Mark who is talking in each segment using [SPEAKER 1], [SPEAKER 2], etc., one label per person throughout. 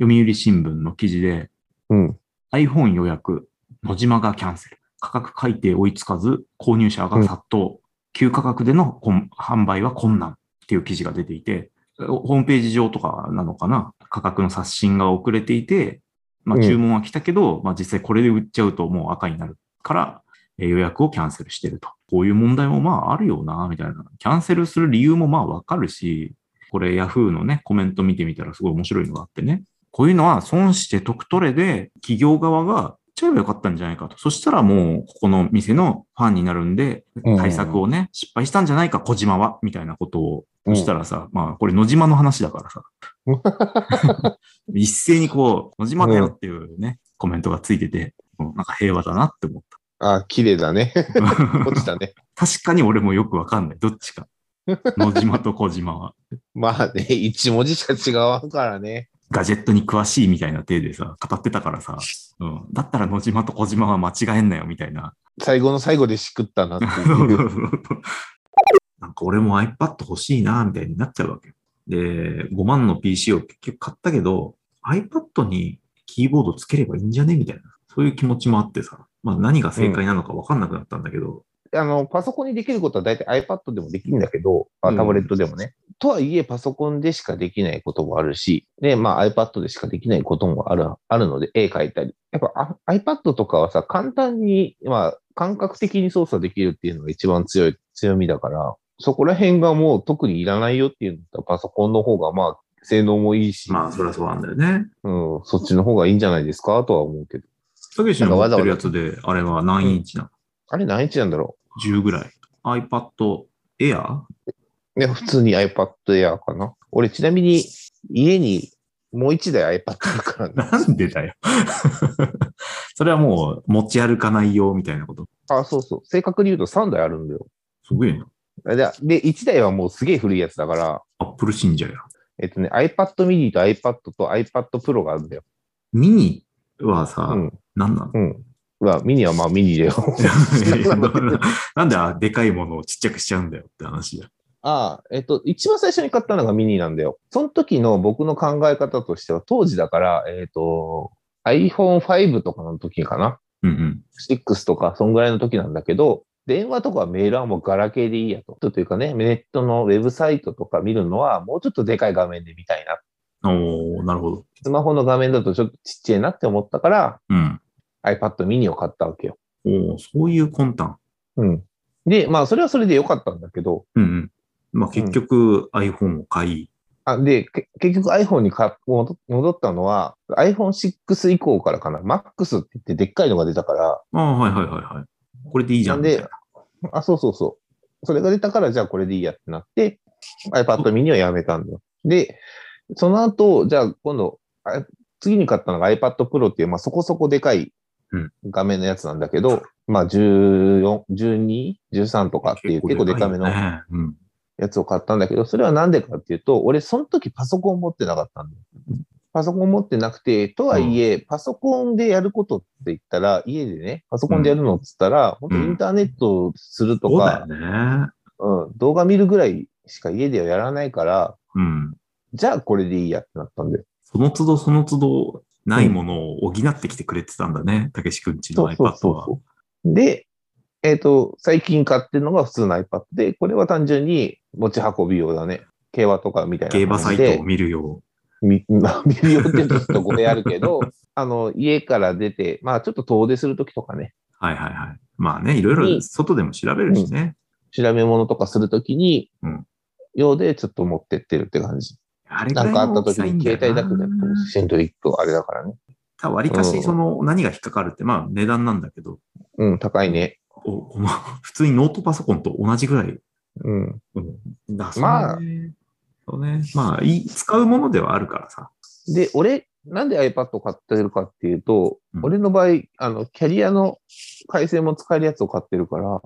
[SPEAKER 1] 読売新聞の記事で、
[SPEAKER 2] うん。
[SPEAKER 1] iPhone 予約、野島がキャンセル。価格改定追いつかず、購入者が殺到。急価格でのこん販売は困難っていう記事が出ていて、おホームページ上とかなのかな、価格の刷新が遅れていて、まあ、
[SPEAKER 2] うん
[SPEAKER 1] 注文は来たけど、まあ、実際これで売っちゃうともう赤になるから、えー予約をキャンセルしてると。こういう問題もまああるよな、みたいな。キャンセルする理由もまあわかるし、これ Yahoo のね、コメント見てみたらすごい面白いのがあってね。こういうのは損して得取れで、企業側がちゃえばよかったんじゃないかと。そしたらもう、ここの店のファンになるんで、対策をね、失敗したんじゃないか、小島は、みたいなことを。
[SPEAKER 2] う
[SPEAKER 1] そ
[SPEAKER 2] ん
[SPEAKER 1] したらさ、まあ、これ野島の話だ からさ。一斉にこう、野島だよっていうね、コメントがついてて、もうなんか平和だなって思っ
[SPEAKER 2] あ、綺麗だね。
[SPEAKER 1] た。
[SPEAKER 2] 落ちたね。
[SPEAKER 1] 確かに俺もよくわかんない。どっちか。野島と小島は。
[SPEAKER 2] まあね、一文字しか違わんからね。
[SPEAKER 1] ガジェットに詳しいみたいな体でさ、語ってたからさ、うん、だったら野島と小島は間違えんなよみたいな。
[SPEAKER 2] 最後の最後でしくったなって
[SPEAKER 1] そう
[SPEAKER 2] い。
[SPEAKER 1] そううそうなんか俺も iPad 欲しいな、みたいになっちゃうわけ。で、5万の PC を結局買ったけど、iPad にキーボードつければいいんじゃねみたいな。そういう気持ちもあってさ、まあ何が正解なのか分かんなくなったんだけど、
[SPEAKER 2] あの、パソコンにできることは大体 iPad でもできるんだけど、まあ、タブレットでもね。とはいえ、パソコンでしかできないこともあるし、で、まあ iPad でしかできないこともある、あるので、絵描いたり。やっぱあ iPad とかはさ、簡単に、まあ、感覚的に操作できるっていうのが一番強い、強みだから、そこら辺がもう特にいらないよっていうのと、パソコンの方がまあ、性能もいいし、
[SPEAKER 1] まあそりゃそうなんだよね。
[SPEAKER 2] うん、そっちの方がいいんじゃないですかとは思うけど。
[SPEAKER 1] たけしの持ってるやつで、あれは何インチなの、
[SPEAKER 2] あれ何インチなんだろ
[SPEAKER 1] ?10 ぐらい。iPad Air?
[SPEAKER 2] うね、普通に iPad Air かな。俺ちなみに家にもう一台 iPad あるから
[SPEAKER 1] な
[SPEAKER 2] ね。
[SPEAKER 1] んでだよ。 それはもう持ち歩かないよみたいなこと。
[SPEAKER 2] あ、そうそう。正確に言うと3台あるんだよ。
[SPEAKER 1] すごいな。
[SPEAKER 2] で、で1台はもうすげえ古いやつだから、
[SPEAKER 1] アップル信者や。
[SPEAKER 2] えっとね、iPad mini と iPad と iPad Pro があるんだよ。
[SPEAKER 1] ミニはさ、
[SPEAKER 2] うん。
[SPEAKER 1] 何 なの
[SPEAKER 2] うん。まあ、ミニはまあミニだよ。
[SPEAKER 1] なんであでかいものをちっちゃくしちゃうんだよって話だ。
[SPEAKER 2] ああ、えっと、一番最初に買ったのがミニなんだよ。その時の僕の考え方としては、当時だから、えっと、iPhone5 とかの時かな。
[SPEAKER 1] うんうん。
[SPEAKER 2] 6とか、そんぐらいの時なんだけど、電話とかメールはもうガラケーでいいやと。というかね、ネットのウェブサイトとか見るのは、もうちょっとでかい画面で見たいな。
[SPEAKER 1] おーなるほど。
[SPEAKER 2] スマホの画面だとちょっとちっちゃいなって思ったから、
[SPEAKER 1] うん。
[SPEAKER 2] iPad mini を買ったわけよ。
[SPEAKER 1] おーそういう魂胆。
[SPEAKER 2] うん。で、まあ、それはそれで良かったんだけど、
[SPEAKER 1] うんうん。まあ結局、iPhone を買い。
[SPEAKER 2] あで、け結局 iPhone にか戻戻ったのは、iPhone6 以降からかな。MAX って言ってでっかいのが出たから、
[SPEAKER 1] ああ、はいはいはいはい。これでいいじゃん。
[SPEAKER 2] なんで
[SPEAKER 1] みたいな
[SPEAKER 2] あ、そうそうそう。それが出たから、じゃあこれでいいやってなって、iPad mini はやめたんだよ。で、その後、じゃあ今度、あ次に買ったのが iPad Pro っていう、まあそこそこでかい
[SPEAKER 1] うん
[SPEAKER 2] 画面のやつなんだけど、まあ14、12、13とかっていう結構でかめの
[SPEAKER 1] いよねうん。
[SPEAKER 2] やつを買ったんだけど、それはなんでかっていうと、俺その時パソコン持ってなかったんだよ。パソコン持ってなくて、とはいえ、パソコンでやることって言ったら、家でね、パソコンでやるのって言ったら、本当にインターネットをすると
[SPEAKER 1] そう
[SPEAKER 2] か
[SPEAKER 1] だ、よね。
[SPEAKER 2] うん、動画見るぐらいしか家ではやらないから、
[SPEAKER 1] うん。
[SPEAKER 2] じゃあこれでいいやってなったんだよ。
[SPEAKER 1] その都度その都度ないものを補ってきてくれてたんだね。たけしくんちの iPad は。
[SPEAKER 2] う。で、えっ、と、最近買ってるのが普通の iPad で、これは単純に持ち運び用だね。競馬とかみたいな
[SPEAKER 1] 競馬サ
[SPEAKER 2] 感
[SPEAKER 1] イ
[SPEAKER 2] じで。
[SPEAKER 1] トを見るよ
[SPEAKER 2] み、 まあ、見る用って言うとちょっと語弊あるけど、 あの、家から出て、まあちょっと遠出するときとかね、
[SPEAKER 1] う。はいはいはい。まあね、いろいろ
[SPEAKER 2] に
[SPEAKER 1] 外でも調べるしね。
[SPEAKER 2] 調べ物とかするときに
[SPEAKER 1] うん、
[SPEAKER 2] 用でちょっと持ってってるって感じ。
[SPEAKER 1] あれぐ
[SPEAKER 2] な
[SPEAKER 1] らい
[SPEAKER 2] んかあっ
[SPEAKER 1] の
[SPEAKER 2] た
[SPEAKER 1] 大き
[SPEAKER 2] とき
[SPEAKER 1] さいいん
[SPEAKER 2] に
[SPEAKER 1] だ
[SPEAKER 2] 携帯だ
[SPEAKER 1] よ
[SPEAKER 2] けだと
[SPEAKER 1] な。
[SPEAKER 2] しんどいとあれだからね。
[SPEAKER 1] たわりか
[SPEAKER 2] う
[SPEAKER 1] し、
[SPEAKER 2] ん
[SPEAKER 1] その、何が引っかかるって、まあ値段なんだけど、
[SPEAKER 2] うん、高いね。
[SPEAKER 1] おこの 普通にノートパソコンと同じぐらい。
[SPEAKER 2] うん。
[SPEAKER 1] うん、だ
[SPEAKER 2] まあ
[SPEAKER 1] そうねそうね。まあ、いい使うものではあるからさ。
[SPEAKER 2] で、俺、なんで iPad を買ってるかっていうと、
[SPEAKER 1] うん
[SPEAKER 2] 俺の場合、あの、キャリアの回線も使えるやつを買ってるから、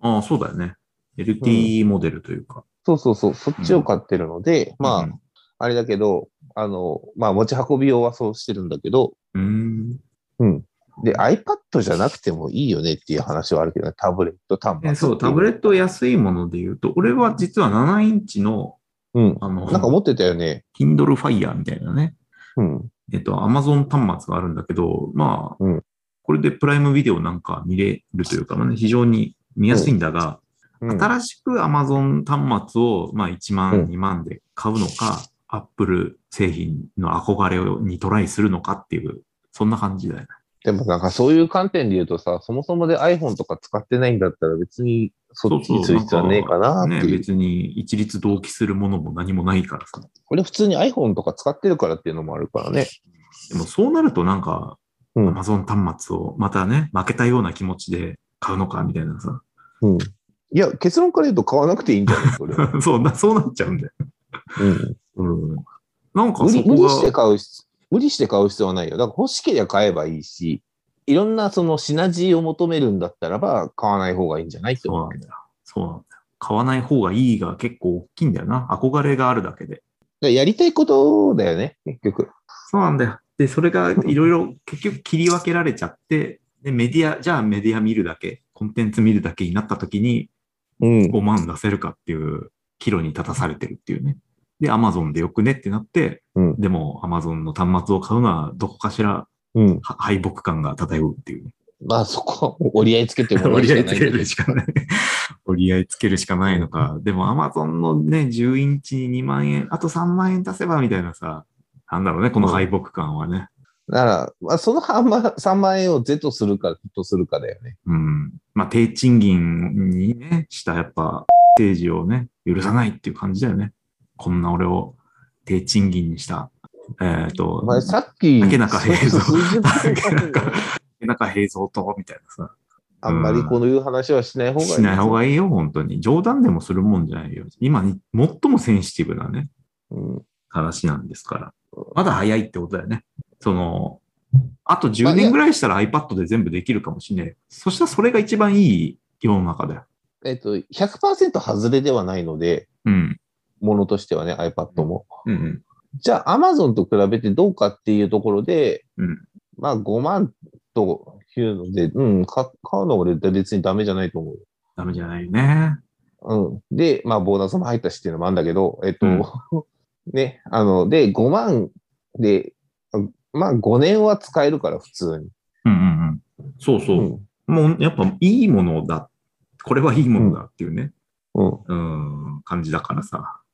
[SPEAKER 1] ああ、そうだよね。LTE モデルというか。
[SPEAKER 2] そうそうそう、そっちを買ってるので、まあ、
[SPEAKER 1] うん
[SPEAKER 2] あれだけど、あの、まあ、持ち運び用はそうしてるんだけど、
[SPEAKER 1] うーん。
[SPEAKER 2] で、iPad じゃなくてもいいよねっていう話はあるけどね、タブレット端末。
[SPEAKER 1] えそう、タブレ
[SPEAKER 2] ット。
[SPEAKER 1] ット安いもので言うと、俺は実は7インチの、
[SPEAKER 2] うん。
[SPEAKER 1] あの、
[SPEAKER 2] なんか持ってたよね。
[SPEAKER 1] Kindle Fire みたいなね、
[SPEAKER 2] うん。
[SPEAKER 1] えっと、Amazon 端末があるんだけど、まあ、
[SPEAKER 2] うん
[SPEAKER 1] これでプライムビデオなんか見れるというか、まあね、非常に見やすいんだが、
[SPEAKER 2] うん
[SPEAKER 1] 新しく Amazon 端末を、まあ、1
[SPEAKER 2] うん
[SPEAKER 1] 万、2万で買うのか、Apple 製品の憧れをにトライするのかっていう、そんな感じだよね。
[SPEAKER 2] でもなんかそういう観点で言うとさ、そもそもで iPhone とか使ってないんだったら別にそっちにする必要はねえかなって
[SPEAKER 1] ね、
[SPEAKER 2] いう。
[SPEAKER 1] 別に一律同期するものも何もないからさ。
[SPEAKER 2] これ普通に iPhone とか使ってるからっていうのもあるからね。
[SPEAKER 1] でもそうなるとなんか、
[SPEAKER 2] うん
[SPEAKER 1] Amazon 端末をまたね、負けたような気持ちで買うのかみたいなさ。
[SPEAKER 2] うん。いや、結論から言うと買わなくていいんじゃないこれは。
[SPEAKER 1] そうな、そうなっちゃうんだよ。
[SPEAKER 2] うん。
[SPEAKER 1] うん。なんか
[SPEAKER 2] 無
[SPEAKER 1] そ
[SPEAKER 2] 理無
[SPEAKER 1] こ
[SPEAKER 2] 理して
[SPEAKER 1] が、
[SPEAKER 2] 買う必無理して買う必要はないよ。だから欲しければ買えばいいし、いろんなそのシナジーを求めるんだったらば買わない方がいいんじゃないって
[SPEAKER 1] そう
[SPEAKER 2] 思
[SPEAKER 1] な
[SPEAKER 2] う。
[SPEAKER 1] んだよ。そうなんだよ。買わない方がいいが結構大きいんだよな。憧れがあるだけで。
[SPEAKER 2] だからやりたいことだよね、結局。
[SPEAKER 1] そうなんだよ。で、それがいろいろ結局切り分けられちゃって、で、メディア、じゃあメディア見るだけ、コンテンツ見るだけになった時に、
[SPEAKER 2] うん。
[SPEAKER 1] 5万出せるかっていう岐路に立たされてるっていうね。で、アマゾンでよくねってなって、
[SPEAKER 2] うん
[SPEAKER 1] でもアマゾンの端末を買うのはどこかしら
[SPEAKER 2] うん。
[SPEAKER 1] は敗北感が漂うっていうね。
[SPEAKER 2] まあそこは折り合いつけてもらう
[SPEAKER 1] 折
[SPEAKER 2] し
[SPEAKER 1] り合
[SPEAKER 2] か
[SPEAKER 1] い
[SPEAKER 2] な
[SPEAKER 1] つ
[SPEAKER 2] い
[SPEAKER 1] け。るしかない。 折り合いつけるしかないのか。でもアマゾンのね、10インチに2万円、あと3万円出せばみたいなさ、なんだろうね、この敗北感はね。
[SPEAKER 2] なら、まあ、その半万3万円を是とするか、とするかだよね。
[SPEAKER 1] うん。まあ、低賃金にね、したやっぱ、ステージをね、許さないっていう感じだよね。こんな俺を低賃金にした。えっ、と
[SPEAKER 2] お、前さっき、
[SPEAKER 1] 竹中平蔵
[SPEAKER 2] 数十分
[SPEAKER 1] 竹
[SPEAKER 2] 間
[SPEAKER 1] 中なんか平蔵と、みたいな
[SPEAKER 2] あんまりこういう話はしない方がい
[SPEAKER 1] さ。
[SPEAKER 2] い。
[SPEAKER 1] しない方がいいよ、本当に。冗談でもするもんじゃないよ。今に、最もセンシティブなね、
[SPEAKER 2] うん
[SPEAKER 1] 話なんですから。まだ早いってことだよね。その、あと10年ぐらいしたら iPad で全部できるかもしれない。そしたらそれが一番いい世の中だよ。
[SPEAKER 2] えっと、100%外れではないので、
[SPEAKER 1] うん。
[SPEAKER 2] ものとしてはね、iPad も。
[SPEAKER 1] うんうん。
[SPEAKER 2] じゃあ、Amazon と比べてどうかっていうところで、
[SPEAKER 1] うん
[SPEAKER 2] まあ、5万というので、うん、か買うのは俺別にダメじゃないと思う。
[SPEAKER 1] ダメじゃないよね。
[SPEAKER 2] うん。で、まあ、ボーナスも入ったしっていうのもあるんだけど、えっと、
[SPEAKER 1] うん
[SPEAKER 2] ね、あの、で、5万で、まあ、5年は使えるから、普通に。
[SPEAKER 1] うんうんうん。そうそう。もうやっぱいいものだ。これはいいものだっていうね、
[SPEAKER 2] うん。うん。
[SPEAKER 1] うん、感じだからさ。